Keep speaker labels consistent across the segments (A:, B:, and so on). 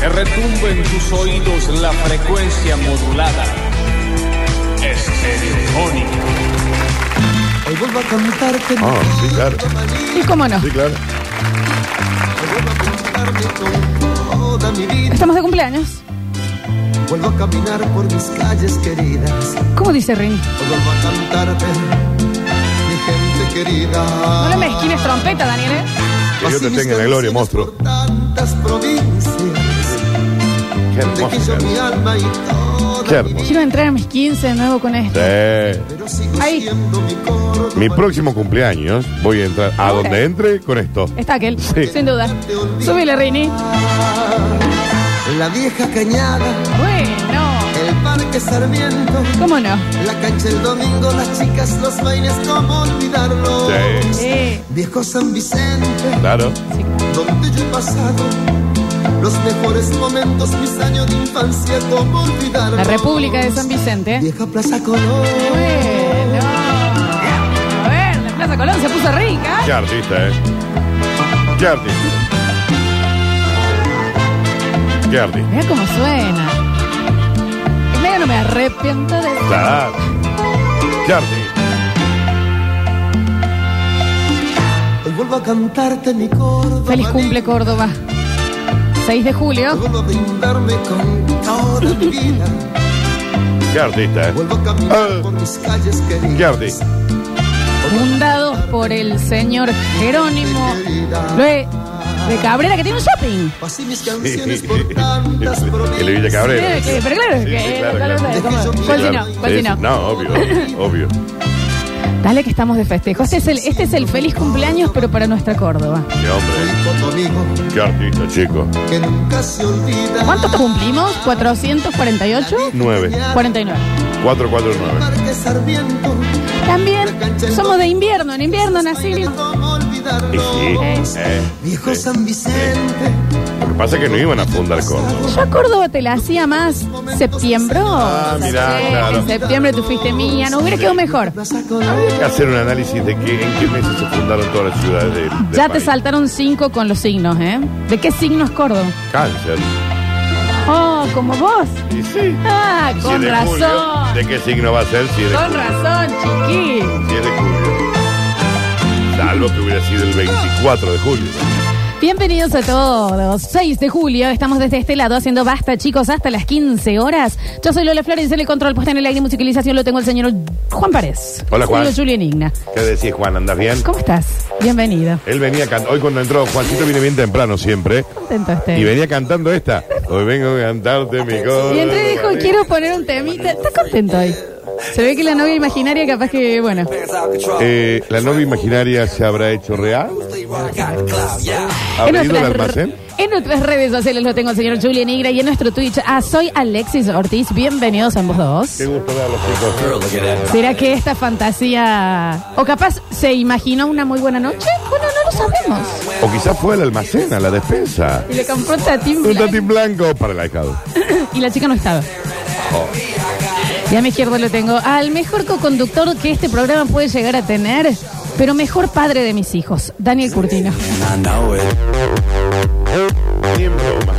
A: Que retumbe en tus oídos la frecuencia modulada. Estereofónica.
B: Hoy vuelvo a contarte mi
C: Ah, sí, claro.
D: Y cómo no.
C: Sí, claro.
B: toda mi vida.
D: Estamos de cumpleaños.
B: Vuelvo a caminar por mis calles queridas.
D: ¿Cómo dice Rini?
B: Hoy vuelvo a cantarte, mi gente querida.
D: No le mezquines trompeta, Daniel, ¿eh?
C: Que yo te
B: Así mis
C: tenga en la
B: canciones
C: gloria, monstruo.
B: por Tantas provincias.
C: Qué
B: De que yo
C: hermoso.
B: mi alma y toda
C: Qué
B: mi
C: hermoso.
D: Quiero entrar a mis 15 de nuevo con esto.
C: Sí.
B: Pero sigo
D: Ahí.
B: siendo mi Córdoba.
C: Mi próximo cumpleaños voy a entrar a donde entre con esto.
D: Está aquel,
C: Sí.
D: sin duda. Súbele, Rini.
B: La vieja cañada,
D: Bueno,
B: el parque Sarmiento,
D: ¿cómo no?
B: la cancha el domingo, las chicas, los bailes, cómo olvidarlo.
C: Sí,
D: Eh,
B: Viejo San Vicente,
C: claro.
D: sí.
B: donde yo he pasado los mejores momentos, mis años de infancia, cómo olvidarlo.
D: La República de San Vicente.
B: Vieja Plaza Colón,
D: Bueno. A ver, la Plaza Colón se puso rica.
C: Qué artista, ¿eh? Qué artista. Qué artista.
D: Mira cómo suena. En medio no me arrepiento de
C: Claro. Qué artista.
B: hoy vuelvo a cantarte mi Córdoba.
D: Feliz cumple,
B: linda.
D: Córdoba. 6 de julio.
B: Vuelvo a brindarme con toda mi vida.
C: Qué artista, ¿eh?
B: Vuelvo a caminar
C: Ah.
B: por mis calles
C: Qué
B: queridas.
C: artista.
D: Fundados por el señor Jerónimo Lue de Cabrera, que tiene un shopping.
B: Pasé mis
C: Sí.
B: canciones por tantas
C: El de Villa
B: provincias.
C: Cabrera.
D: Eh, que- pero claro,
C: Sí,
D: que-
C: sí, claro,
D: claro,
C: claro.
D: claro.
B: ¿Cómo?
C: Sí,
D: ¿Cuál
C: claro.
D: si no? ¿Cuál
C: Sí,
D: si no?
C: sí. No, obvio, obvio.
D: Dale que estamos de festejo. Este es el, este es el feliz cumpleaños, pero para nuestra Córdoba.
C: Qué hombre. eh.
B: Fui con tu amigo
C: Qué artista, chico.
B: que nunca se olvida.
D: ¿Cuántos cumplimos? ¿448?
C: Nueve.
D: 49.
C: 449.
B: Parque Sarmiento,
D: También somos de invierno, en invierno nací.
B: ¿Cómo
C: Y
B: olvidarlo?
C: sí. eh,
B: Viejo
C: sí.
B: San Vicente.
C: Lo que pasa es que no iban a fundar Córdoba.
D: Yo a Córdoba te la hacía más septiembre.
C: Ah, mirá, claro.
D: En septiembre tú fuiste mía, no hubiera quedado mejor.
B: Plaza Colón.
C: Hay que hacer un análisis de qué, en qué meses se fundaron todas las ciudades del del
D: Ya te
C: país.
D: saltaron cinco con los signos, ¿eh? ¿De qué signo es Córdoba?
C: Cáncer.
D: Oh, como vos.
C: Y sí.
D: Ah,
C: Si es
D: con
C: de julio, ¿De
D: razón.
C: qué signo va a ser? Si es de
D: Con
C: julio.
D: razón, chiquín.
C: Si es de julio. Salvo que hubiera sido el 24 de julio.
D: Bienvenidos a todos. 6 de julio, estamos desde este lado haciendo basta, chicos, hasta las 15 horas. Yo soy Lola Flores, en el control, puesta en el aire y musicalización lo tengo el señor Juan Párez.
C: Hola, Juan.
D: Julio Julián Igna.
C: ¿Qué decís, Juan? ¿Andas bien?
D: ¿Cómo estás? Bienvenido.
C: Él venía cantando. Hoy cuando entró, Juancito viene bien temprano siempre.
D: Contento este.
C: Y venía cantando esta. Hoy vengo a cantarte mi cosa.
D: Y entré y dijo, quiero poner un temita. Está contento hoy. Se ve que la novia imaginaria capaz que, bueno.
C: Eh, ¿La novia imaginaria se habrá hecho real?
D: En
C: ¿Habrá ido al
D: nuestras re-
C: almacén?
D: En nuestras redes sociales lo tengo el señor Julián Igra y en nuestro Twitch. Ah, soy Alexis Ortiz. Bienvenidos ambos dos.
C: Qué gusto verlos, chicos.
D: ¿Será que esta fantasía... O capaz se imaginó una muy buena noche? Bueno, no lo sabemos.
C: O quizás fue al almacén, a la despensa.
D: Y le compró tatín
C: Un
D: blanco.
C: tatín blanco para el ahijado.
D: Y la chica no estaba. Y a mi izquierda lo tengo al mejor co-conductor que este programa puede llegar a tener, pero mejor padre de mis hijos, Daniel Curtino.
C: Ni en broma.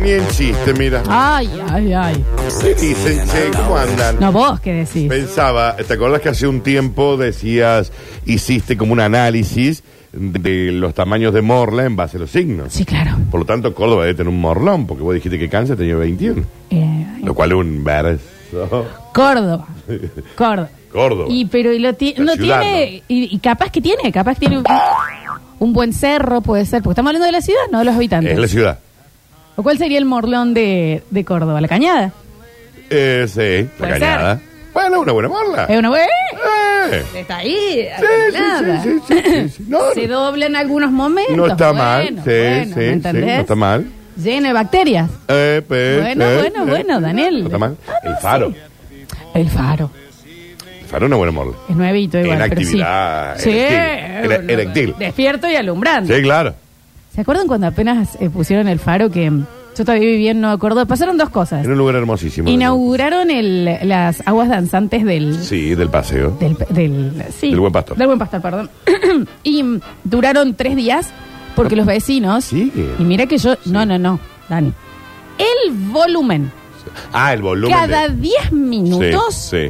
C: Ni en chiste, mira.
D: Ay, ay, ay.
C: ¿Qué dicen, che? ¿Cómo andan?
D: Ah, No, vos qué decís.
C: Pensaba, ¿te acordás que hace un tiempo decías, hiciste como un análisis de los tamaños de Morla en base a los signos?
D: Sí, claro.
C: Por lo tanto, Córdoba debe tener un morlón, porque vos dijiste que Cáncer tenía 21,
D: Eh,
C: lo cual es un verso.
D: Córdoba. Córdoba.
C: Córdoba.
D: Y pero y lo ti-
C: La
D: no
C: ciudad,
D: tiene y, y capaz que tiene, capaz que tiene un, un buen cerro, puede ser, porque estamos hablando de la ciudad, no de los habitantes.
C: Es la ciudad.
D: ¿O cuál sería el morlón de, de Córdoba? ¿La cañada?
C: Eh, sí, la
D: Puede ser.
C: cañada. Bueno, una buena morla.
D: ¿Es una buena?
C: Eh.
D: Está ahí,
C: Sí,
D: nada.
C: sí, sí, sí, sí, sí. No,
D: Se
C: no.
D: dobla en algunos momentos.
C: No está
D: Bueno,
C: mal, sí,
D: bueno,
C: sí,
D: ¿me
C: sí,
D: entendés?
C: no está mal.
D: Lleno de bacterias.
C: Eh, pe,
D: Bueno,
C: eh,
D: bueno,
C: eh.
D: bueno, Daniel.
C: No está mal.
D: Ah, no,
C: El faro.
D: El faro.
C: El faro es una buena morla.
D: Es nuevito igual,
C: En
D: pero sí.
C: actividad
D: Sí.
C: erectil. Era- erectil.
D: Despierto y alumbrando.
C: Sí, claro.
D: ¿Se acuerdan cuando apenas eh, pusieron el faro que mm, yo todavía vivía en Nueva Córdoba? Pasaron dos cosas.
C: En un lugar hermosísimo.
D: Inauguraron el, las aguas danzantes del...
C: Sí, del paseo.
D: Del, del- sí,
C: Del Buen Pastor.
D: Del Buen Pastor, perdón. y mm, duraron tres días porque los vecinos...
C: Sigue.
D: Y mira que yo... No, no, no, Dani. el volumen
C: Ah, el volumen.
D: cada
C: de-
D: 10
C: Sí,
D: minutos
C: sí,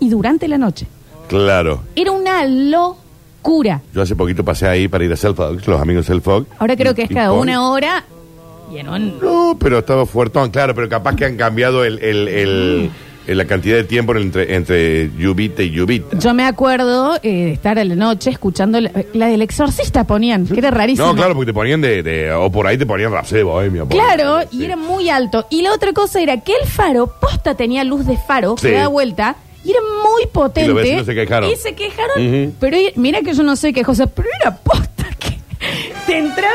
D: y durante la noche.
C: claro.
D: Era una locura.
C: Yo hace poquito pasé ahí para ir a Selfog, los amigos Selfog.
D: Ahora creo que es
C: Y
D: cada
C: pon-
D: una hora y en un...
C: No, pero estaba fuertón, claro, pero capaz que han cambiado el, el- el- el- la cantidad de tiempo entre, entre lluvita y lluvita.
D: Yo me acuerdo eh, de estar a la noche escuchando la, eh, la del exorcista ponían, que era rarísimo.
C: No, claro, porque te ponían de, de- O por ahí te ponían Rapsé de Bohemia. por
D: Claro,
C: ejemplo, sí.
D: y era muy alto. Y la otra cosa era que el faro, posta tenía luz de faro,
C: Sí.
D: que daba vuelta, y era muy potente.
C: Y los vecinos se quejaron.
D: Y se quejaron.
C: Ujú.
D: Pero y- mira que yo no sé qué cosa, pero era posta que te entraba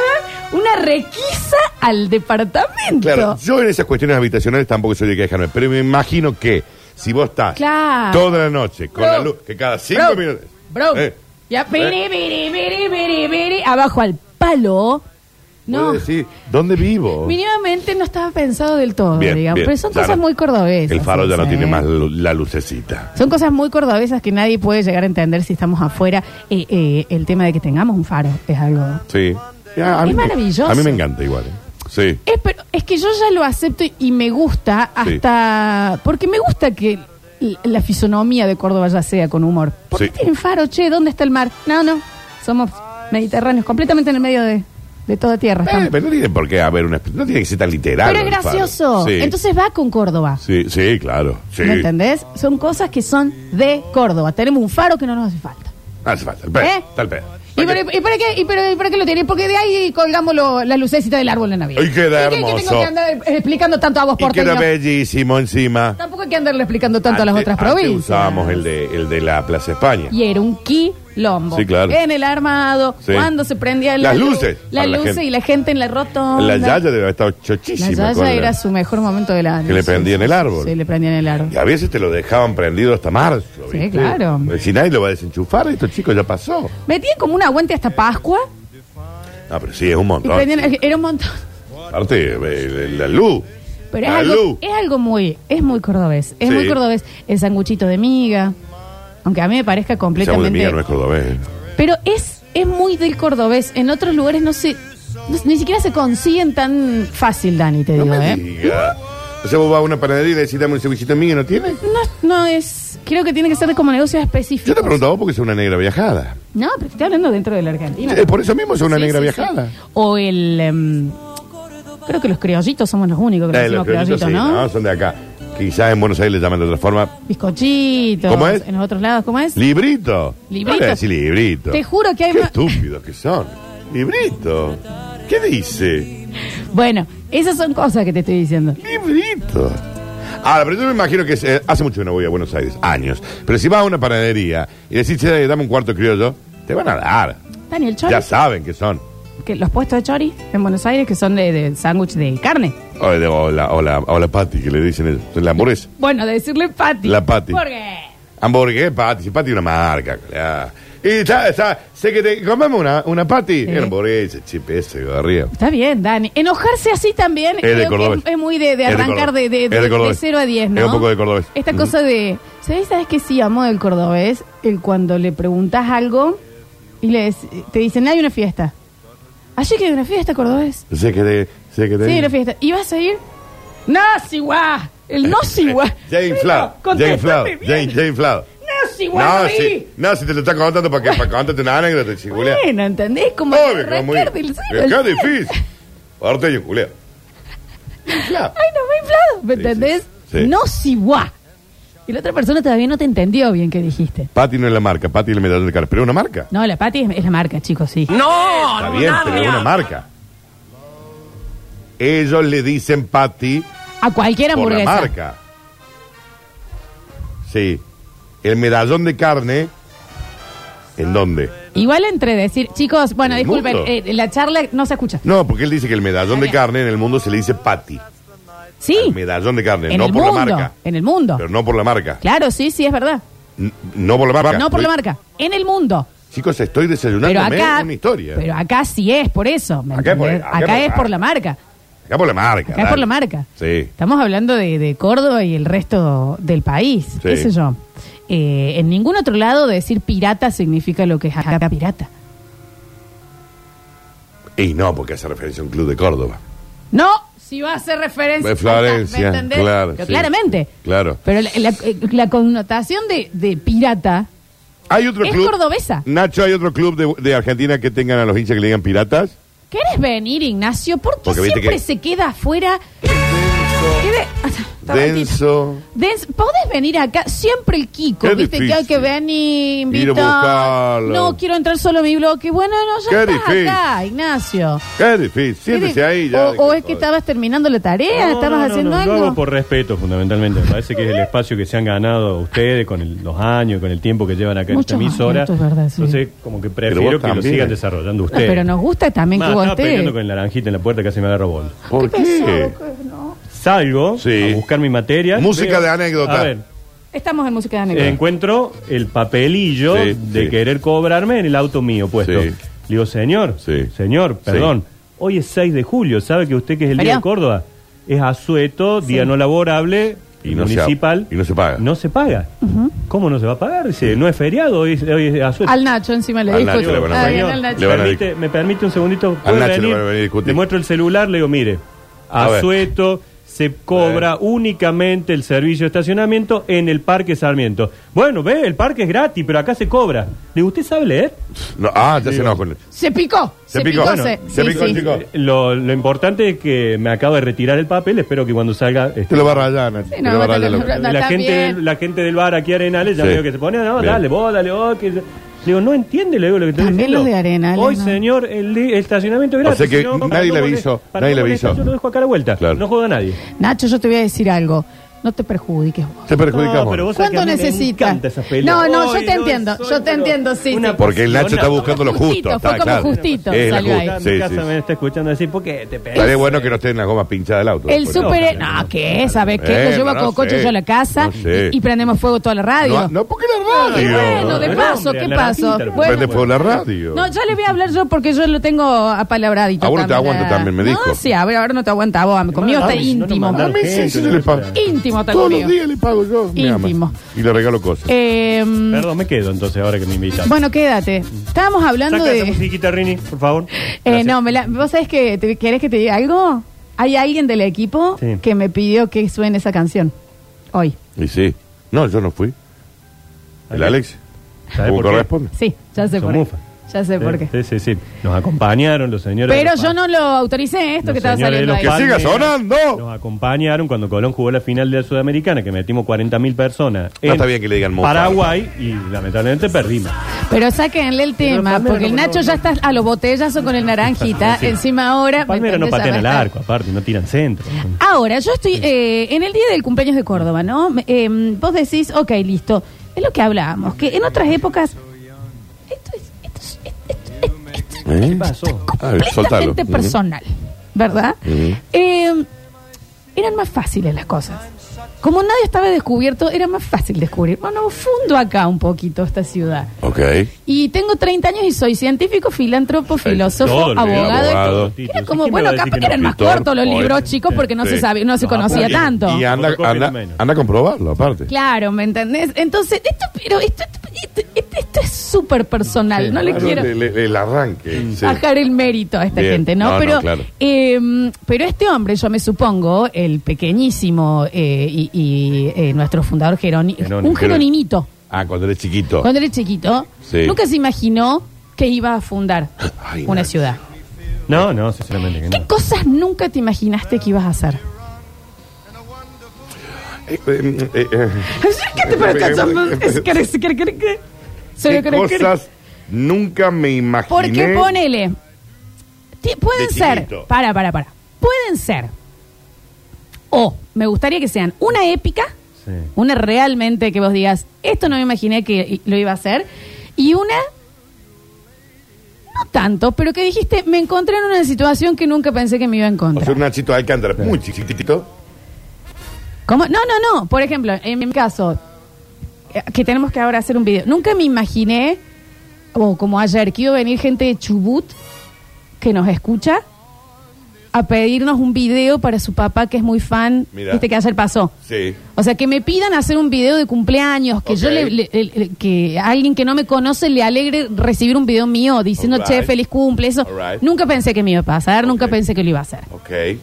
D: una requisa al departamento.
C: Claro, yo en esas cuestiones habitacionales tampoco soy de quejarme, pero me imagino que si vos estás
D: Claro.
C: toda la noche con
D: Bro.
C: la luz, que cada cinco
D: Bro,
C: minutos.
D: Bro.
C: Eh,
D: Ya, piri,
C: eh,
D: piri, piri, piri, piri, abajo al palo. No.
C: podés decir, ¿dónde vivo?
D: Mínimamente no estaba pensado del todo,
C: Bien,
D: digamos.
C: bien,
D: pero son
C: ya
D: cosas
C: no.
D: muy cordobesas.
C: El faro ya no
D: ¿sí? ¿eh?
C: tiene más lu- la lucecita.
D: Son cosas muy cordobesas que nadie puede llegar a entender si estamos afuera. Eh, eh, el tema de que tengamos un faro es algo.
C: Sí. Ya, a
D: Es
C: mí me-
D: maravilloso.
C: A mí me encanta igual. eh. Sí.
D: Es, pero, es que yo ya lo acepto y me gusta hasta. Porque me gusta que l- la fisonomía de Córdoba ya sea con humor. ¿Por qué
C: Sí.
D: tienen faro, che? ¿Dónde está el mar? No, no. Somos mediterráneos, completamente en el medio de, de toda tierra.
C: Eh,
D: estamos.
C: pero no tiene por qué haber una. No tiene que ser tan literal.
D: pero es
C: el faro.
D: gracioso.
C: Sí.
D: Entonces va con Córdoba.
C: Sí, sí, claro. Sí.
D: ¿Me entendés? Son cosas que son de Córdoba. Tenemos un faro que no nos hace falta.
C: No hace falta. El pedo.
D: ¿Eh?
C: Está el pedo.
D: ¿Y para, y para qué, y para, y para qué lo tiene? Porque de ahí colgamos lo- las lucecitas del árbol en Navidad.
C: Ay, queda
D: ¿Y qué- qué tengo
C: hermoso.
D: que andar eh, explicando tanto a vos,
C: Y queda
D: porteño?
C: bellísimo encima.
D: Tampoco hay que andarle explicando tanto a las
C: Antes-
D: otras
C: antes
D: provincias.
C: Usábamos el de, el de la Plaza España.
D: Y era un quilombo.
C: Sí, claro.
D: En el armado,
C: Sí.
D: cuando se prendía la
C: Las
D: luz,
C: luces
D: Las
C: para la
D: luces
C: gente.
D: y la gente en la rotonda.
C: La Yaya debe haber estado
D: La
C: chochísima.
D: Yaya
C: con la-
D: era su mejor momento del año.
C: Que le
D: Sí,
C: prendía
D: sí,
C: en el
D: sí,
C: árbol.
D: Sí, le prendían en el árbol.
C: Y a veces te lo dejaban prendido hasta marzo.
D: Sí,
C: ¿viste?
D: claro.
C: Si nadie lo va a desenchufar, esto chicos ya pasó.
D: Metían como un aguante hasta Pascua
C: Ah, pero sí, es un
D: y
C: montón.
D: prendían. Era un montón.
C: Aparte, eh, la luz.
D: Pero es
C: la
D: algo,
C: luz.
D: es algo muy, es muy cordobés. Es
C: Sí.
D: muy cordobés. El sanguchito de miga. Aunque a mí me parezca
C: El chavo de
D: completamente.
C: mía no es cordobés.
D: Pero es, es muy del cordobés. En otros lugares no se. no- ni siquiera se consiguen tan fácil, Dani, te
C: No
D: digo,
C: me
D: ¿eh?
C: diga. O sea, vos vas a una panadería y le decís, dame un cevichito mío y no tiene.
D: No, no es. Creo que tiene que ser como negocios específicos.
C: Yo te preguntaba vos porque soy una negra viajada.
D: No, pero te estoy hablando dentro de la Argentina.
C: Eh, Por eso mismo soy una
D: Sí,
C: negra
D: sí, sí.
C: viajada.
D: O el. em, creo que los criollitos somos los únicos que
C: Eh,
D: decimos
C: los criollitos
D: criollitos,
C: sí,
D: ¿no?
C: no, son de acá. Quizás en Buenos Aires le llaman de otra forma.
D: Bizcochitos.
C: ¿Cómo es?
D: En los otros lados, ¿cómo es?
C: Librito.
D: Librito.
C: No le decís librito.
D: Te juro que hay
C: Qué
D: ma-
C: estúpidos que son. Librito. ¿Qué dice?
D: Bueno, esas son cosas que te estoy diciendo.
C: Librito. Ahora, pero yo me imagino que es, eh, hace mucho que no voy a Buenos Aires, años. Pero si vas a una panadería y decís, che, dame un cuarto criollo, te van a dar.
D: Daniel Chori,
C: Ya saben que son.
D: que los puestos de Chori en Buenos Aires que son de, de sándwich de carne.
C: O, de- o la, o, la, o la Patty, que le dicen ellos. La hamburguesa.
D: Bueno, decirle Patty.
C: La Patty.
D: Porque
C: Hamburguesa, Patty. Si Patty es una marca. claro. Y está, está. Sé que te comemos una, una Patty.
D: Sí.
C: Era hamburguesa, chip ese, gorrío.
D: está bien, Dani. Enojarse así también
C: Es de
D: creo que
C: cordobés.
D: es, es muy de, de
C: Es de
D: arrancar de,
C: cordobés.
D: de,
C: Es de cordobés.
D: 0 a 10, ¿no?
C: Es un poco de cordobés. Mm.
D: Esta
C: Ujú.
D: cosa de... ¿Sabes, ¿Sabes qué sí amo del cordobés? El cuando le preguntas algo y le dec- te dicen, hay una fiesta. Allí que hay una fiesta, cordobés.
C: Sé que te. Sé que te.
D: Sí, hay una fiesta. ¿Y vas a ir? ¡No, sí, guau! El no, sí, guau.
C: Eh, Ya inflado.
D: Pero,
C: Ya inflado.
D: contéstame
C: Ya,
D: bien.
C: ya inflado.
D: No, sí, guau,
C: No,
D: no vi.
C: si, no, si te lo está contando para, que, para contarte una anécdota, chigulea.
D: Bueno, ¿entendés? Como
C: Obvio, que
D: arrancar
C: es muy.
D: del cero
C: es que es
D: al cien.
C: difícil. Ahorita yo, culea. Inflado.
D: Ay, no me he inflado, ¿me
C: Sí, sí,
D: entendés?
C: sí.
D: No si guá. Y la otra persona todavía no te entendió bien qué dijiste.
C: Patty no es la marca, Patty es el medallón de cara. Pero es una marca.
D: No, la Pati es, es la marca, chicos, sí.
C: Está bien, pero es una marca. Ellos le dicen Patty
D: A cualquier
C: por la
D: hamburguesa.
C: marca. Sí. El medallón de carne. ¿En dónde?
D: Igual entre decir, chicos, bueno,
C: El
D: disculpen,
C: mundo.
D: eh, la charla no se escucha.
C: No, porque él dice que el medallón de carne en el mundo se le dice Patty.
D: Sí,
C: Al medallón de carne,
D: en
C: no
D: el
C: por
D: mundo.
C: la marca.
D: En el mundo.
C: Pero no por la marca.
D: Claro, sí, sí, es verdad.
C: N- No por la marca.
D: No por la
C: Estoy-
D: marca, en el mundo.
C: Chicos, estoy
D: Pero
C: desayunando
D: acá,
C: una historia.
D: pero acá sí es por eso. ¿me
C: Acá es por-
D: entendés?
C: acá
D: Acá
C: por- ah.
D: es por la marca.
C: Acá por la marca.
D: Acá es
C: dale.
D: por la marca.
C: Sí.
D: Estamos hablando de, de Córdoba y el resto del país,
C: Sí.
D: qué sé yo. Eh, en ningún otro lado decir pirata significa lo que es acá pirata.
C: Y no, porque hace referencia a un club de Córdoba.
D: No, Si va a hacer referencia.
C: Eh, Florencia,
D: ¿me entendés?
C: claro,
D: Pero
C: sí.
D: Claramente.
C: Claro.
D: Pero la, la- eh, la connotación de, de pirata.
C: Hay otro
D: Es
C: club.
D: cordobesa.
C: Nacho, ¿hay otro club de, de Argentina que tengan a los hinchas que le digan piratas?
D: ¿Querés venir, Ignacio? ¿Por qué
C: Porque viste
D: siempre
C: que-
D: se queda afuera? Quede- Está maldito.
C: Denso.
D: Dens- ¿Podés venir acá? Siempre el Kiko,
C: Qué
D: ¿viste? Que hay que
C: difícil.
D: venir,
C: Ir a
D: invitar.
C: buscarlo.
D: No, quiero entrar solo a mi bloque. Bueno, no, ya
C: Qué
D: estás
C: difícil.
D: acá, Ignacio.
C: Qué difícil. Siéntese
D: ¿Qué
C: ahí.
D: de-
C: Ya,
D: o, o es que estabas terminando la tarea,
E: No,
D: Eh, estabas
E: no, no,
D: haciendo
E: no,
D: algo.
E: Lo hago por respeto, fundamentalmente. Me parece que es el espacio que se han ganado ustedes con el- los años, con el tiempo que llevan acá
D: Muchos
E: en esta emisora.
D: años, esto es verdad, sí.
E: Entonces, como que
C: vos
E: prefiero que lo
C: también.
E: sigan desarrollando
D: No,
E: ustedes.
D: pero nos gusta también
E: Más,
D: que vos
E: estaba peleando
D: estés.
E: con el naranjita en la puerta, casi me agarro bol.
C: ¿Por qué?
E: Salgo
C: Sí.
E: a buscar mi materia.
C: Música
E: veo-
C: de anécdota.
E: A ver,
D: Estamos en música de
E: eh,
D: anécdota.
E: encuentro el papelillo
C: Sí,
E: de
C: sí.
E: querer cobrarme en el auto mío puesto.
C: Sí.
E: Le digo, señor,
C: Sí.
E: señor,
C: Sí.
E: perdón, hoy es 6 de julio, ¿sabe que usted que es el
D: Mario.
E: día de Córdoba? Es asueto, día
D: Sí.
E: no laborable,
C: Y no se-
E: municipal.
C: y no se paga.
E: No se paga. ¿Cómo no se va a pagar? Dice, no es feriado, hoy, es- hoy es asueto.
D: Al Nacho encima le
C: Al
D: dijo.
C: Nacho le van a
D: Ah,
C: poner.
D: bien, al
E: Señor,
D: Nacho.
C: Le van a
E: permite- ¿Me permite un segundito?
C: Al
E: ¿Puede
C: Nacho le van a venir a discutir.
E: Le muestro el celular, le digo, mire,
C: A ver.
E: asueto se cobra únicamente el servicio de estacionamiento en el Parque Sarmiento. Bueno, ve, el parque es gratis, pero acá se cobra. Le digo, ¿usted sabe leer?
C: No, ah, ya se enojó.
D: Se picó. Se, picó.
C: Bueno,
D: se,
C: se
D: sí,
C: picó,
D: sí.
C: chicos.
E: Eh, Lo, lo importante es que me acabo de retirar el papel, espero que cuando salga... este,
C: Te lo va a rayar, Nacho.
D: Sí,
C: Te
D: no,
C: lo va a
D: no,
C: rayar.
D: no,
C: loco.
D: no, no.
E: la,
D: está
E: gente
D: bien.
E: del, la gente del bar aquí Arenales ya
C: Sí.
E: veo que se pone, no,
C: Bien.
E: dale vos, dale vos. Que... Le digo, no entiende le digo, lo que estoy
D: También
E: diciendo.
D: los de Arenales,
E: Hoy,
D: ¿no?
E: señor, el, di- el estacionamiento es
C: O sea
E: gratis.
C: que
E: si no, ¿para
C: nadie
E: qué
C: le
E: pone-
C: avisó,
E: para qué
C: nadie le
E: pone
C: avisó.
E: esta? Yo lo dejo acá a la vuelta,
C: Claro.
E: no joda a nadie.
D: Nacho, yo te voy a decir algo. No te perjudiques vos.
C: Te perjudicamos.
E: No, pero vos sabés que
D: ¿Cuánto
E: a mí me
D: necesitas?
E: encanta esa pelea.
D: No, no, yo
E: Hoy
D: te entiendo.
E: soy,
D: Yo te
E: pero
D: entiendo, sí.
E: una
D: sí.
C: Porque el Nacho está
E: persona-
C: buscando lo
D: Justito,
C: justo. está,
D: fue como
C: claro.
D: justito,
C: Es la
D: salió ahí.
C: justa,
E: En
C: sí,
E: mi casa
C: sí,
E: me
C: sí.
E: está escuchando decir, ¿por qué te pegas?
C: Estaría bueno que no estén las gomas pinchadas del auto.
D: El
C: Por
D: súper. e-
C: ejemplo.
D: No, ¿qué? ¿Sabes qué?
C: Bueno,
D: Lo llevo a
C: pues, Eh, no
D: Cococho
C: sé.
D: yo a la casa
C: No sé.
D: y, y prendemos fuego toda la radio.
C: No, no, porque la
D: Y
C: radio.
D: bueno, de
E: no,
D: paso,
E: hombre,
D: ¿qué
E: la
D: pasó?
E: ratita,
D: Bueno,
C: Prende fuego la radio.
D: No, ya le voy a hablar yo porque yo lo tengo apalabradito.
C: Ah, vos no te
D: también,
C: aguantas
D: eh.
C: también, me dijo.
D: No, sí, a ver, ahora no te aguanta a vos. Conmigo está
E: Ay, si no nos
D: íntimo.
E: mandaron
C: A mí sí,
E: gente,
C: sí,
E: no
C: le
E: es
C: pago.
E: para-
D: Íntimo está
C: Todos los
D: conmigo.
C: días le pago yo. Me ama.
D: Íntimo.
C: Y le regalo cosas.
D: Eh,
E: Perdón, me quedo entonces ahora que me invitas.
D: bueno, quédate. Estábamos hablando
E: Saca esa
D: de...
E: musiquita, Rini, por favor.
D: Eh,
E: Gracias.
D: no, me la- vos sabés que... te- ¿Querés que te diga algo? Hay alguien del equipo
E: Sí.
D: que me pidió que suene esa canción. Hoy.
C: Y sí. No, yo no fui. El
E: Ok.
C: Alex.
E: ¿Sabés
C: ¿Cómo
E: por qué?
C: corresponde?
D: Sí, ya sé
E: Son
D: por qué.
E: mufas.
D: Ya sé
E: Sí,
D: por qué.
E: Sí, sí, sí. Nos acompañaron los señores.
D: Pero
E: de los
D: yo
E: pa-
D: no lo autoricé esto
E: los
D: que estaba
E: señores de
D: saliendo
E: los
D: ahí.
C: Que siga
E: Palmeras
C: sonando.
E: Nos acompañaron cuando Colón jugó la final de la Sudamericana, que metimos 40.000 personas.
C: No
E: en
C: está bien que le digan mofa.
E: Paraguay y lamentablemente perdimos.
D: Pero sáquenle el tema,
E: Palmero,
D: porque el
E: por
D: Nacho
E: favor.
D: ya está a los botellazos con el naranjita.
E: Sí.
D: Encima ahora. ¿me
E: Palmera no
D: entendés?
E: patean el
D: Ya va a
E: arco, aparte, no tiran centro.
D: estar. Ahora, yo estoy eh, en el día del cumpleaños de Córdoba, ¿no? Me- em, vos decís, ok, listo. Es lo que hablábamos, que en otras épocas. Esto es. Esto es, esto- esto- esto es
C: ¿Eh?
E: ¿Qué pasó?
C: A ver, soltalo.
D: completamente personal, ¿verdad?
C: Ujú.
D: Em, eran más fáciles las cosas. Como nadie estaba descubierto, era más fácil descubrir. Bueno, fundo acá un poquito esta ciudad.
C: Ok.
D: Y tengo 30 años y soy científico, filántropo,
E: todo
D: filósofo,
E: el
D: abogado.
C: abogado.
D: y todo. Era como, bueno,
E: ¿Quién me va a decir
D: capaz
E: que
D: que eran
E: no?
D: más
C: Pintor,
D: cortos los
C: poeta.
D: libros chicos porque no
C: Sí. Ah, pues,
D: se sabía, no se
E: No,
D: conocía
E: porque-
D: tanto.
C: Y anda,
E: Fotocopia
C: anda,
E: menos.
C: anda a comprobarlo, aparte.
D: Claro, ¿me entendés? Entonces, esto, pero esto, esto, esto- esto es súper personal, no le
C: Claro,
D: quiero Mm.
C: le- le- el arranque. sí.
D: bajar el mérito a esta
C: Bien.
D: gente, ¿no?
C: No, no,
D: pero,
C: claro.
D: eh, pero este hombre, yo me supongo, el pequeñísimo eh, y, y, eh, nuestro fundador Jerónimo,
E: Jerónimo.
D: un Jerónimito,
C: Ah, cuando eres chiquito.
D: cuando era chiquito,
C: Sí.
D: nunca se imaginó que iba a fundar
C: Ay,
D: una
C: Nacho.
D: ciudad.
E: No, no, sinceramente que
D: ¿Qué
E: no.
D: cosas nunca te imaginaste que ibas a hacer?
C: Eh, eh, eh, eh. ¿Qué cosas nunca me imaginé.
D: Porque ponele. ti- Pueden
C: De
D: ser.
C: chiquito.
D: Para, para, para. Pueden ser. O me gustaría que sean una épica,
E: Sí.
D: una realmente que vos digas, esto no me imaginé que i- lo iba a hacer. Y una. No tanto, pero que dijiste, me encontré en una situación que nunca pensé que me iba a
C: O
D: encontrar.
C: sea, un Nachito Alcántara, muy chiquitito.
D: ¿Cómo? No, no, no. Por ejemplo, en mi caso, eh, que tenemos que ahora hacer un video. Nunca me imaginé, o como ayer, que iba a venir gente de Chubut que nos escucha a pedirnos un video para su papá que es muy fan.
C: Mirá.
D: Viste que ayer pasó.
C: Sí.
D: O sea, que me pidan hacer un video de cumpleaños, que yo
C: Ok.
D: le, le- le- le- que a alguien que no me conoce le alegre recibir un video mío diciendo,
C: Alright.
D: che, feliz cumple, eso.
C: Alright.
D: Nunca pensé que me iba a pasar, nunca
C: Ok.
D: pensé que lo iba a hacer.
C: Ok.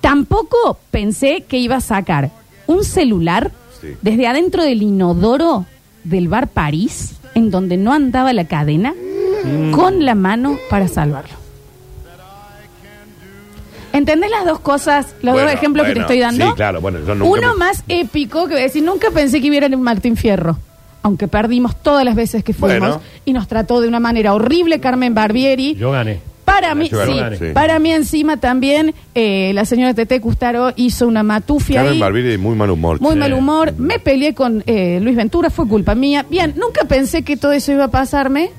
D: Tampoco pensé que iba a sacar un celular
C: Sí.
D: desde adentro del inodoro del bar París, en donde no andaba la cadena,
C: Mm.
D: con la mano para salvarlo. ¿Entendés las dos cosas, los
C: Bueno,
D: dos ejemplos que te
C: bueno,
D: estoy dando?
C: sí, claro, bueno, yo nunca
D: Uno
C: me-
D: más épico que voy a decir, nunca pensé que hubiera un Martín Fierro. Aunque perdimos todas las veces que fuimos
C: Bueno.
D: y nos trató de una manera horrible Carmen Barbieri.
E: Yo gané.
D: Para mí,
C: Nacho
D: sí,
E: Gargano,
C: sí.
D: para mí encima también eh, la señora Tete Custaro hizo una matufia
C: Carmen
D: ahí,
C: Barbieri de muy mal humor.
D: muy
C: Sí.
D: mal humor, me peleé con eh, Luis Ventura, fue culpa mía. Bien, nunca pensé que todo eso iba a pasarme,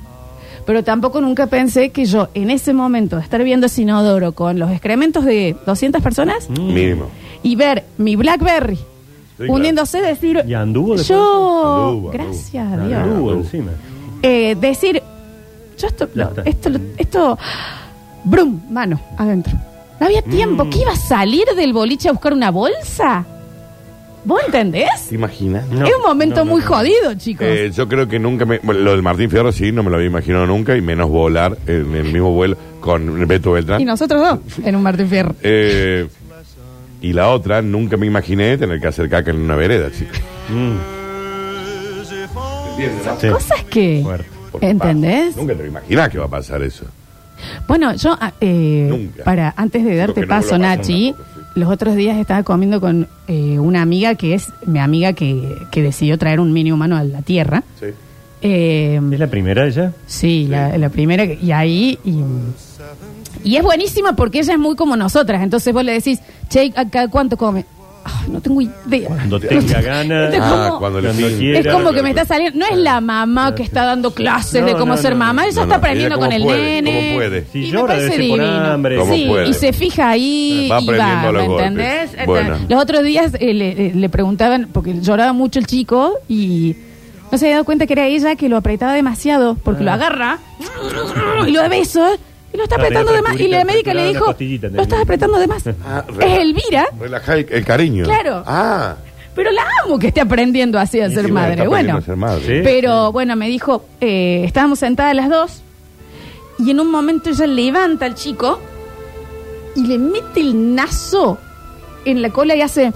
D: pero tampoco nunca pensé que yo en ese momento de estar viendo Sinodoro con los excrementos de 200 personas
C: Mínimo.
D: y ver mi BlackBerry
C: Mm. claro.
D: hundiéndose, decir,
E: Y anduvo después.
D: yo,
C: Anduvo, anduvo.
D: gracias a Dios,
E: Anduvo encima.
D: eh, decir, yo esto,
E: Ya
D: lo-
E: está.
D: esto, lo- esto, brum, mano, adentro. No había tiempo, que iba a salir del boliche a buscar una bolsa. ¿Vos entendés?
C: ¿Te imaginas?
E: No,
D: es un momento
E: no, no,
D: muy
E: no.
D: jodido, chicos.
C: Eh, yo creo que nunca me. bueno, lo del Martín Fierro sí, no me lo había imaginado nunca, y menos volar en el mismo vuelo con Beto Beltrán.
D: y nosotros dos, en un Martín Fierro.
C: Eh, y la otra, nunca me imaginé tener que hacer caca en una vereda, chicos.
E: Mm,
C: ¿Entiendes, no?
E: sí.
D: Cosas que...
E: Fuerte.
C: Porque,
D: ¿Entendés?
C: pa, Nunca te lo imaginás que va a pasar eso.
D: Bueno, yo, ah, eh,
C: Nunca.
D: para antes de darte
C: que no
D: paso,
C: vuelva a pasar
D: Nachi,
C: nada, sí.
D: los otros días estaba comiendo con eh, una amiga que es mi amiga que, que decidió traer un mini humano a la Tierra.
C: Sí.
D: Eh,
E: ¿Es la primera ella?
D: Sí, La, la primera, que- y ahí. Y, y es buenísima porque ella es muy como nosotras. Entonces vos le decís, Che, ¿a cada ¿cuánto come? Ah, no tengo idea.
E: Cuando tenga ganas.
D: Es
C: Ah,
D: como-
C: cuando le
E: Cuando
C: piden.
E: quiera.
D: Es como que me está saliendo. No es la mamá que está dando clases de
E: No,
D: cómo
E: no,
D: ser
E: no,
D: mamá.
E: no.
D: Ella
C: No,
D: está
C: no,
D: aprendiendo
C: ella
D: con el
C: cómo puede,
D: nene.
C: cómo puede.
E: Si
D: Y me
E: llora,
D: parece
E: debe ser por
D: divino.
E: hambre.
C: Cómo
D: Sí,
C: puede.
D: y se fija ahí.
C: Va
D: y
C: aprendiendo
D: va,
C: a los
D: ¿me
C: golpes.
D: entendés? Este,
C: Bueno.
D: Los otros días eh, le, le preguntaban, porque lloraba mucho el chico y no se había dado cuenta que era ella que lo apretaba demasiado, porque
C: Ah.
D: lo agarra y lo da besos y lo está
E: Claro,
D: apretando
E: y
D: de
E: otra
D: más. Y la
E: curita,
D: médica le
E: curada, una
D: dijo,
E: costillita,
D: lo estás apretando de más.
C: Ah,
D: Es Elvira,
C: Relajá el, el cariño.
D: Claro.
C: Ah.
D: pero la amo que esté aprendiendo así a
C: Sí,
D: ser
C: bueno, está
D: madre.
C: aprendiendo
D: Bueno.
C: a ser madre.
E: Sí.
D: Pero bueno, me dijo, eh, estábamos sentadas las dos y en un momento ella levanta al chico y le mete el nazo en la cola y hace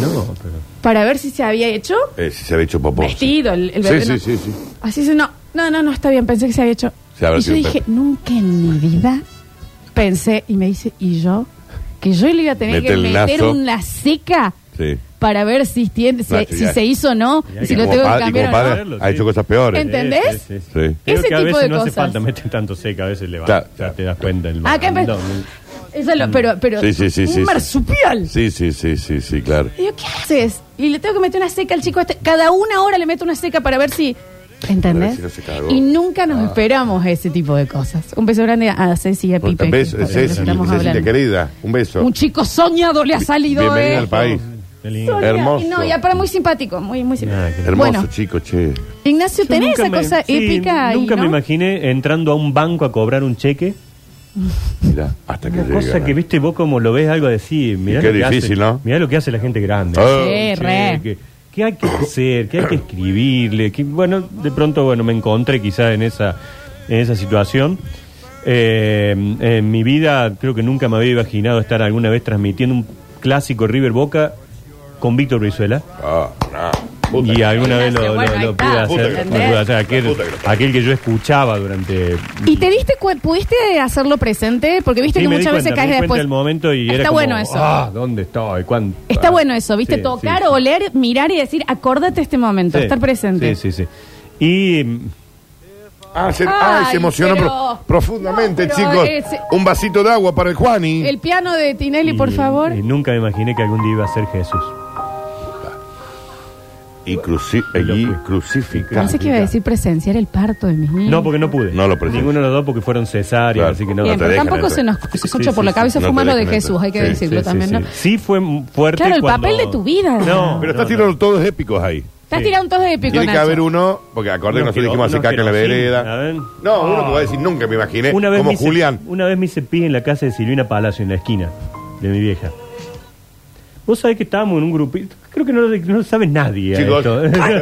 E: No, pero.
D: para ver si se había hecho
C: Eh, si se había hecho popó.
D: vestido el, el
C: sí.
D: bebé.
C: Sí,
D: no.
C: sí, sí, sí.
D: Así dice, no, no, no, no, está bien, pensé que se había hecho.
C: Se habrá
D: y yo
C: sido un
D: dije,
C: pepe.
D: nunca en mi vida pensé, y me dice, ¿y yo? Que yo le iba a tener
C: Mete
D: que
C: el
D: meter
C: nazo.
D: una seca
C: Sí.
D: para ver si, tiene, si-
C: Nacho,
D: si
C: ya.
D: se hizo o no,
E: Ya
D: si
E: que
D: lo
C: como
D: tengo que
C: padre- y
D: cambiar
C: como
D: o
C: padre
D: no.
E: Hacerlo,
C: ha
E: sí.
C: hecho cosas peores.
D: Ent- ¿Entendés?
E: Sí, sí, sí.
C: Sí.
E: Creo
D: Ese
E: que a
D: tipo
E: veces
D: de
E: no hace
D: cosas.
E: falta meter tanto seca, a veces le va.
C: Claro.
E: Ya te das cuenta. El
D: Ah, que empe-
E: bandón.
D: Eso lo- pero, pero
C: Sí, sí, sí,
D: un
C: sí, sí.
D: marsupial.
C: Sí, sí, sí, sí, sí, claro.
D: Y yo, ¿qué haces? Y le tengo que meter una seca al chico. este. Cada una hora le meto una seca para ver si.
C: Para ver
D: ¿Entendés?
C: si no se cagó. Ah.
D: y nunca nos esperamos ese tipo de cosas. Un beso grande a Ceci y a Pipe.
C: Un beso,
D: que es lo que
C: Ceci,
D: estamos
C: Cecilia
D: hablando.
C: querida, un beso.
D: Un chico soñado le ha salido.
C: Bienvenida
D: eh.
C: al país.
E: Qué lindo.
D: Soñado.
C: Hermoso.
D: Y no, y aparte muy simpático. Muy, muy simpático.
E: Ah, qué
C: Hermoso
D: bueno,
C: chico, che.
D: Ignacio,
E: Yo
D: ¿tenés
E: nunca
D: esa
E: me-
D: cosa
E: sí,
D: épica? ahí,
E: Nunca me
D: no?
E: imaginé entrando a un banco a cobrar un cheque.
C: Mirá, hasta que
E: Una
C: llega.
E: cosa que viste vos como lo ves algo decir. Mirá
C: Y qué
E: lo que
C: difícil,
E: hace,
C: ¿no?
E: Mirá lo que hace la gente grande.
C: Ah.
D: Sí, re.
E: ¿Qué, hay que hacer? ¿Qué hay que escribirle? que- bueno, de pronto bueno me encontré quizá en esa, en esa situación. Eh, en mi vida creo que nunca me había imaginado estar alguna vez transmitiendo un clásico River Boca con Víctor Brizuela.
C: Ah, nah, puta
E: y
C: que-
E: alguna vez lo,
D: Ignacio,
E: lo-
D: bueno,
E: lo
D: ahí
E: pude
D: está,
E: hacer.
C: ¿entendés?
E: lo pude hacer, aquel,
C: Puta que lo parió.
E: aquel que yo escuchaba durante...
D: ¿Y te diste cu- pudiste hacerlo presente? Porque viste
E: Sí,
D: que
E: me di
D: muchas veces
E: cuenta, me
D: caes
E: di cuenta
D: después.
E: el momento y
D: Está
E: era como,
D: bueno eso.
E: Ah, ¿dónde estoy? ¿Cuánto? Ah,
D: Está bueno eso, ¿viste?
E: Sí,
D: Tocar,
E: sí, sí.
D: oler, mirar y decir, acórdate este momento,
E: Sí,
D: estar presente.
E: Sí, sí, sí. Y mm,
C: Ah, se,
D: Ay,
C: ah, se emocionó
D: pero-
C: pro- profundamente,
D: No, pero
C: chicos.
D: ese-
C: Un vasito de agua para el Juani.
D: El piano de Tinelli, por
E: y-
D: favor.
E: y nunca me imaginé que algún día iba a ser Jesús.
C: Y, cruci y
E: Lo-
C: crucificado.
D: Pensé que iba a decir presenciar el parto de mis niños.
E: No, porque no pude.
C: No lo presenté.
E: Ninguno de los dos porque fueron cesáreas,
C: Claro.
E: así que no.
C: Bien,
E: Sí,
D: pero
C: dejan
D: tampoco se nos
C: entrar.
E: Sí, sí,
D: escucha
E: sí,
D: por la
E: sí,
D: cabeza
C: no
D: fumar
C: te
D: lo de
C: dejan
D: Jesús,
C: entrar.
D: hay que
C: Sí,
D: decirlo
E: sí,
D: también,
E: sí.
D: ¿no?
E: Sí fue fuerte
D: Claro, el
E: cuando-
D: papel de tu vida.
E: No,
C: Pero estás
E: no, no.
C: tirando todos épicos ahí.
D: Estás
E: Sí.
D: tirando todos de épico,
C: Tiene que
D: Nacho.
C: haber uno, porque acordé que
E: Uno
C: nosotros
E: que-
C: dijimos se
E: uno
C: caca
E: que
C: en la
E: no, sí, a
C: vereda.
E: ver.
C: No, uno que va a decir nunca me imaginé.
E: Una vez me
C: como
E: hice-
C: Julián.
E: una vez me hice pis en la casa de Silvina Palacio, en la esquina de mi vieja. Vos sabés que estábamos en un grupito. Creo que no, lo- no lo sabe nadie. a
C: Chicos.
E: esto.
C: Ay.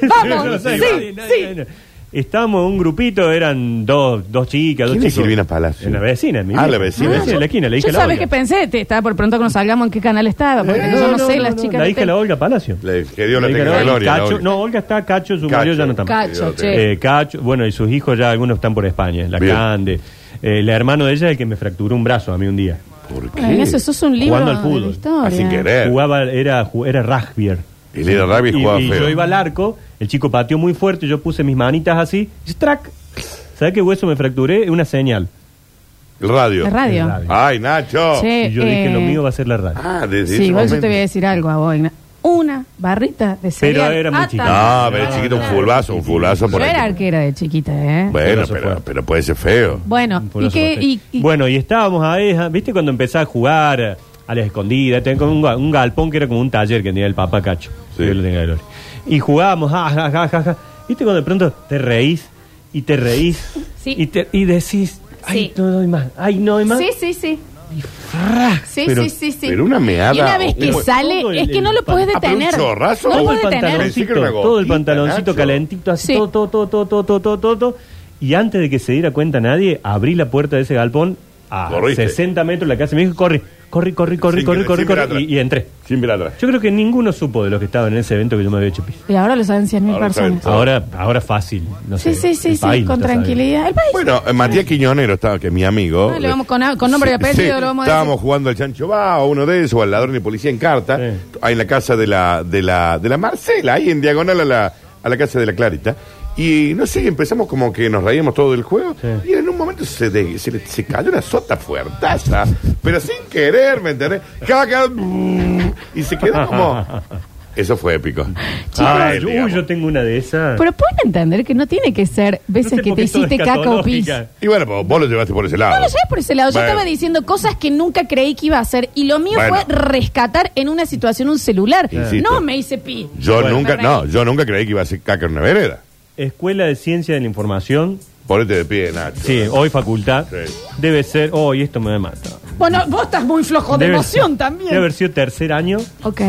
E: Creo que no lo
D: Vamos,
E: sabe
D: sí,
E: nadie, nadie,
D: sí.
E: nadie. Estábamos un grupito, eran dos, dos chicas, dos
C: ¿Quién es
E: chicos.
C: Silvina Palacio?
E: En la vecina, en mi
C: Ah,
E: vida.
C: la vecina.
E: En la esquina, la hija
D: Yo
E: de la
D: sabes
E: Olga.
D: que pensé, te estaba por pronto que nos salgamos en qué canal estaba, porque
E: Eh,
D: yo no, sé las
E: no,
D: chicas.
E: La
D: de
E: hija de la Olga Palacio.
C: Le- que Dios la tenga
E: hija de
C: en la
E: Olga.
C: gloria, la
E: Cacho-
C: Olga.
E: no, Olga está, Cacho, su marido ya no está más.
D: Cacho, che.
E: Eh, Cacho, bueno, y sus hijos ya, algunos están por España, la
C: Bien.
E: Cande. Eh, el hermano de ella es el que me fracturó un brazo a mí un día.
C: ¿Por qué?
D: Bueno, en eso sos un libro
E: Jugando al fútbol.
D: de historia.
C: Ah, sin querer.
E: Jugaba, era, ju- era rugbyer.
C: Y le rabia y jugaba
E: y, y
C: feo.
E: yo iba al arco, el chico pateó muy fuerte, yo puse mis manitas así, y ¡trac! ¿Sabes qué hueso me fracturé? Es Una señal.
C: El radio.
D: La radio.
E: La radio.
C: Ay, Nacho.
D: Sí. Eh,
E: y yo dije,
D: eh.
E: lo mío va a ser la radio.
C: Ah, desde
D: Sí,
C: ese
D: igual yo
C: momento.
D: te voy a decir algo a vos, Igna- Una barrita de cereal.
E: era muy
D: atada.
E: chiquito.
C: No, pero chiquito, un fulbazo, un fulbazo
D: Yo
C: por
D: era
C: ahí.
D: arquera de chiquita, ¿eh?
C: Bueno,
E: Eso
C: pero,
E: fue.
C: pero puede ser feo.
D: Bueno,
E: Un
D: y
E: fulbazo
D: que...
E: bastante.
D: Y, y-
E: Bueno, y estábamos ahí, ah, ¿viste? Cuando empezaba a jugar a las escondidas, tenía como un, ga- un galpón que era como un taller que tenía el papá Cacho.
C: Sí.
E: que lo tenía el Ori. Y jugábamos, ja, ja, ja, ja, ja. ¿Viste cuando de pronto te reís y te reís
D: Sí.
E: y, te- y decís, ay,
D: Sí.
E: no doy más, ay, no doy más?
D: Sí, sí, sí. Sí,
C: Pero-
D: sí, sí, sí.
C: pero una meada,
D: Y una vez que
C: pero-
D: sale,
E: todo el-
D: es que
E: el
D: no lo
E: pan-
D: puedes
C: Ah, pero un
D: detener.
C: chorrazo.
D: No
E: todo
D: lo
C: Todo
E: el
D: puedes detener.
C: Pensé que
E: pantaloncito,
C: era una
E: todo el
C: gotita,
E: pantaloncito
C: Nacho.
E: calentito, así
D: Sí.
E: todo, todo, todo, todo, todo, todo, todo, todo, todo. Y antes de que se diera cuenta nadie, abrí la puerta de ese galpón a
C: Corriste.
E: 60 metros de la casa. Me dijo, corre, corre, corre, corre,
C: Sin
E: corre,
C: que-
E: corre,
C: sin mirar
E: corre.
C: atrás.
E: Y, y entré.
C: Sin ver atrás.
E: Yo creo que ninguno supo de los que estaban en ese evento que yo me había hecho pis.
D: Y ahora lo saben 100.000
C: Ahora lo saben
D: personas.
C: todo.
E: Ahora, ahora fácil. No
D: Sí,
E: sé,
D: sí,
E: el
D: sí, sí,
E: país
D: con
E: lo está sabiendo.
D: tranquilidad. El país.
C: Bueno, eh, Matías Quiñonero estaba, que es mi amigo.
D: Ah, le vamos con- con nombre y apellido, lo vamos a
C: Estábamos
D: decir.
C: jugando al Chancho Va, o uno de esos, o al ladrón y policía en carta,
E: Sí.
C: ahí en la casa de la, de la, de la Marcela, ahí en diagonal a la, a la casa de la Clarita. Y no sé, empezamos como que nos reíamos todo del juego.
E: Sí.
C: Y en un momento se, de- se, le- se cayó una sota fuertaza, pero sin querer, ¿me entendés? Caca, y se quedó como. Eso fue épico.
E: Ah,
C: Él,
E: yo- uy,
C: digamos.
E: yo tengo una de esas.
D: Pero pueden entender que no tiene que ser
E: No
D: veces
E: sé
D: que
E: por
D: te
E: qué todo es
D: hiciste caca o pis.
E: escatológica.
C: Y bueno, vos, vos lo llevaste por ese lado.
D: No lo lleves por ese lado. Yo
C: Bueno.
D: estaba diciendo cosas que nunca creí que iba a hacer. Y lo mío
C: Bueno.
D: fue rescatar en una situación un celular.
C: Insisto.
D: No me hice pi.
C: Yo
E: Bueno.
C: nunca, no, yo nunca creí que iba a ser caca en una vereda.
E: Escuela de Ciencia de la Información.
C: Ponete de pie, Nacho.
E: Sí, hoy facultad.
C: Sí.
E: Debe ser, hoy esto me mata.
D: Bueno, vos estás muy flojo de
E: Debe
D: emoción
E: ser-
D: también.
E: Debe haber sido tercer año.
D: Ok.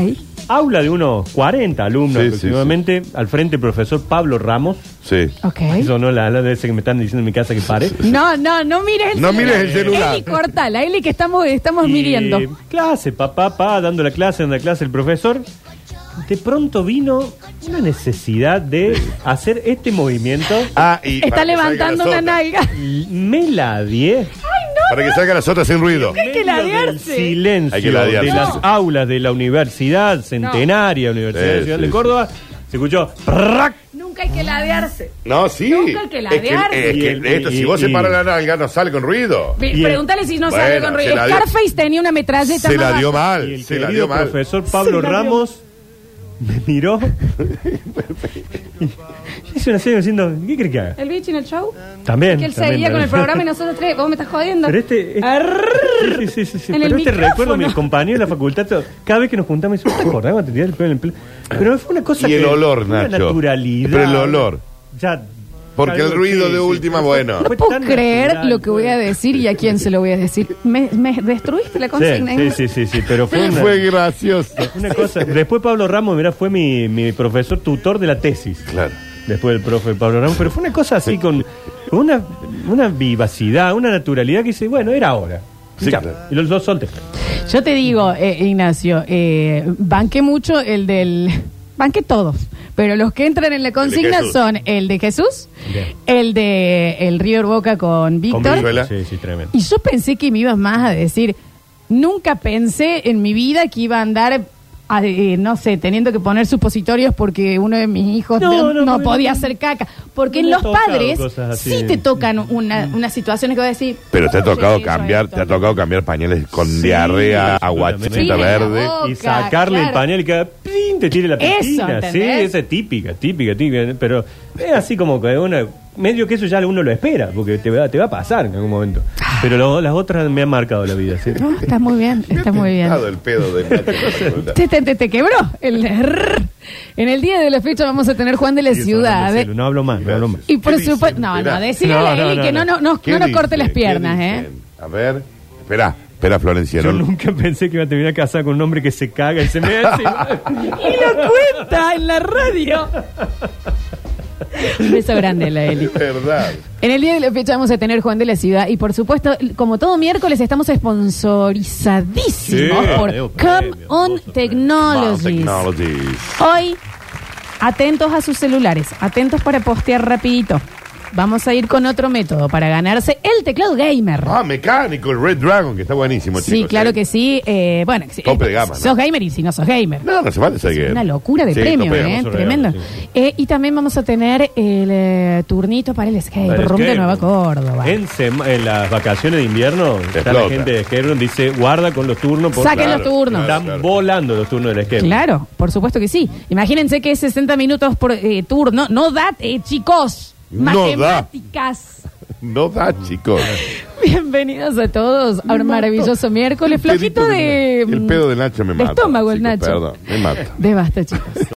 E: Aula de unos 40
C: Sí,
E: alumnos
C: sí,
E: aproximadamente. Al frente, el profesor Pablo Ramos.
C: Sí.
D: Ok.
E: Eso no, la ala de ese que me están diciendo en mi casa que pare.
D: No, no, no mires el
C: No
D: celular.
C: mires el celular.
D: Eli, cortala, Eli, que estamos, estamos
E: Y
D: midiendo.
E: Clase, papá, papá, dando la clase, dando la clase el profesor. De pronto vino una necesidad de hacer este movimiento.
C: Ah, y
D: Está
C: para que
D: levantando
C: salga
D: una
C: la sota.
D: nalga.
E: y Me la
C: Para que salga la sota sin ruido.
D: Hay que ladearse.
E: silencio
C: Hay que ladearse.
E: de las
C: No.
E: aulas de la Universidad Centenaria, Universidad
C: Sí,
E: Nacional
C: sí,
E: de
C: sí.
E: Córdoba, se escuchó "Prrac".
D: Nunca hay que ladearse.
C: No, sí.
D: Nunca hay que
C: es que,
D: ladearse.
C: es
E: Y
C: que
E: el-
C: esto,
E: y-
C: si vos
E: y-
C: separas la nalga, no sale con ruido.
D: Pe-
E: Y el-
D: Pregúntale si no sabe
C: Bueno,
D: con
C: se
D: ruido.
C: la dio.
D: Scarface tenía una metralleta
C: Se
D: más
C: la dio
D: baja.
E: Y el
C: mal. Se la dio
E: querido
C: mal.
E: profesor Pablo
D: Se la dio.
E: Ramos me miró. y hizo una serie diciendo, ¿qué crees que haga?
D: El bicho en el show.
E: También.
D: Que él
E: también,
D: seguía con el
E: también.
D: programa y nosotros tres. Vos me estás jodiendo.
E: Pero este, este- sí, sí, sí, sí,
D: En
E: pero
D: el
E: este
D: micrófono.
E: recuerdo, mi compañero de la facultad, todo- cada vez que nos juntamos, eso, ¿te acordás cuando te tiraba el pelo en el pelo? Pero fue una cosa
C: Y el
E: que-
C: olor,
E: una
C: Nacho.
E: naturalidad.
C: Pero el olor.
E: Ya.
C: Porque el ruido de última, bueno.
D: No
E: fue
D: puedo
E: tan
D: creer
E: natural,
D: lo que voy a
E: fue-
D: decir y a quién se lo voy a decir. Me, me destruiste la consigna.
E: Sí, sí, sí, sí, sí, pero fue una,
C: Fue gracioso.
E: una cosa. Después Pablo Ramos, mirá, fue mi, mi profesor tutor de la tesis.
C: Claro.
E: Después del profe Pablo Ramos, pero fue una cosa así con con una, una vivacidad, una naturalidad que dice, bueno, era ahora. Y
C: Sí,
E: chao.
C: claro.
E: Y los dos solté.
D: Yo te digo, eh, Ignacio, eh, banqué mucho el del... Banqué todos. Pero los que entran en la consigna
C: Jesús.
D: son el de Jesús,
E: Bien.
D: el de el River Boca con Víctor.
C: Brizuela.
E: Sí, sí, tremendo.
D: Y yo pensé que me ibas más a decir, nunca pensé en mi vida que iba a andar, a, eh, no sé, teniendo que poner supositorios porque uno de mis hijos
E: No,
D: no,
E: no,
D: no
E: no,
D: podía
E: no.
D: hacer caca. Porque
E: No
D: en
E: me ha
D: los
E: tocado
D: padres
E: cosas así. Mm.
D: sí te tocan una, unas situaciones que voy a decir.
C: Pero te ha
D: ¿cómo
C: tocado
D: llegué yo a
C: cambiar,
D: esto?
C: te ha tocado cambiar pañales con
E: Sí,
C: diarrea,
E: absolutamente.
C: aguacheta
D: Sí,
C: verde.
D: no.
E: y
D: Boca,
E: sacarle el
D: claro.
E: pañal y que ¡plin! te tire la
D: Eso,
E: piscina. sí,
D: ¿entendés?
E: esa es típica, típica, típica. Pero es así como que una, medio que eso ya uno lo espera, porque te va, te va a pasar en algún momento.
D: Ah.
E: Pero lo- las otras me han marcado la vida. ¿sí?
D: No, está muy bien, está muy bien.
C: Pintado el pedo de Nacho en la facultad.
D: Te, te- te- te quebró el rrr. En el día de la fecha vamos a tener Juan de la
E: Y eso,
D: Ciudad.
E: no, Marcelo, No hablo más, no hablo más.
D: Y por
C: ¿Qué dicen?
D: supuesto, no,
C: Mirá.
D: no, decíle
E: No,
D: a Eli
E: no,
D: que
E: no,
D: no, no, no,
C: ¿Qué
D: no nos
C: dicen?
D: corte las
C: ¿Qué
D: piernas, ¿eh?
C: dicen? A ver, espera, espera, Florencia.
E: Yo
C: no-
E: nunca pensé que iba a terminar casada con un hombre que se caga y se me hace.
D: Y lo cuenta en la radio. Un beso grande a la Eli.
C: Verdad.
D: En el día de la fecha vamos a tener Juan de la Ciudad y por supuesto, como todo miércoles, estamos sponsorizadísimos
C: Sí,
D: por
E: Leo,
D: Come
E: premios,
D: On
E: cosas,
D: Technologies.
C: Technologies.
D: Hoy, atentos a sus celulares, atentos para postear rapidito. Vamos a ir con otro método para ganarse el teclado gamer.
C: Ah, mecánico, el Red Dragon, que está buenísimo,
D: sí,
C: chicos.
D: claro
C: ¿eh?
D: que sí. eh, bueno, que sí,
C: Tope de
D: eh,
C: gama, ¿no?
D: sos gamer y si no sos gamer.
C: No, no se vale ser
D: Es
C: gay.
D: Una locura de
C: Sí,
D: premio,
C: tope,
D: ¿eh?
E: vamos a
D: Tremendo.
E: regalar, sí.
D: Eh, y también vamos a tener el eh, turnito para el skate,
E: Para el
D: room de
E: skate
D: Nueva
E: room.
D: Córdoba.
E: En, sema- en las vacaciones de invierno, está la
C: explota.
E: gente de Skate Room, dice, guarda con los turnos. porque
D: Saquen los turnos.
E: Están
C: Claro.
E: volando los turnos del Skate Room.
D: Claro, por supuesto que sí. Imagínense que es 60 minutos por eh, turno. No da, eh, chicos.
C: No da.
D: Matemáticas.
C: No da, chicos.
D: Bienvenidos a todos a un maravilloso miércoles.
C: El pedito
D: Flojito de.
C: El pedo de Nacho me
D: de
C: mata.
D: estómago el
C: chicos,
D: Nacho.
C: Perdón, me mata.
D: De basta, chicos.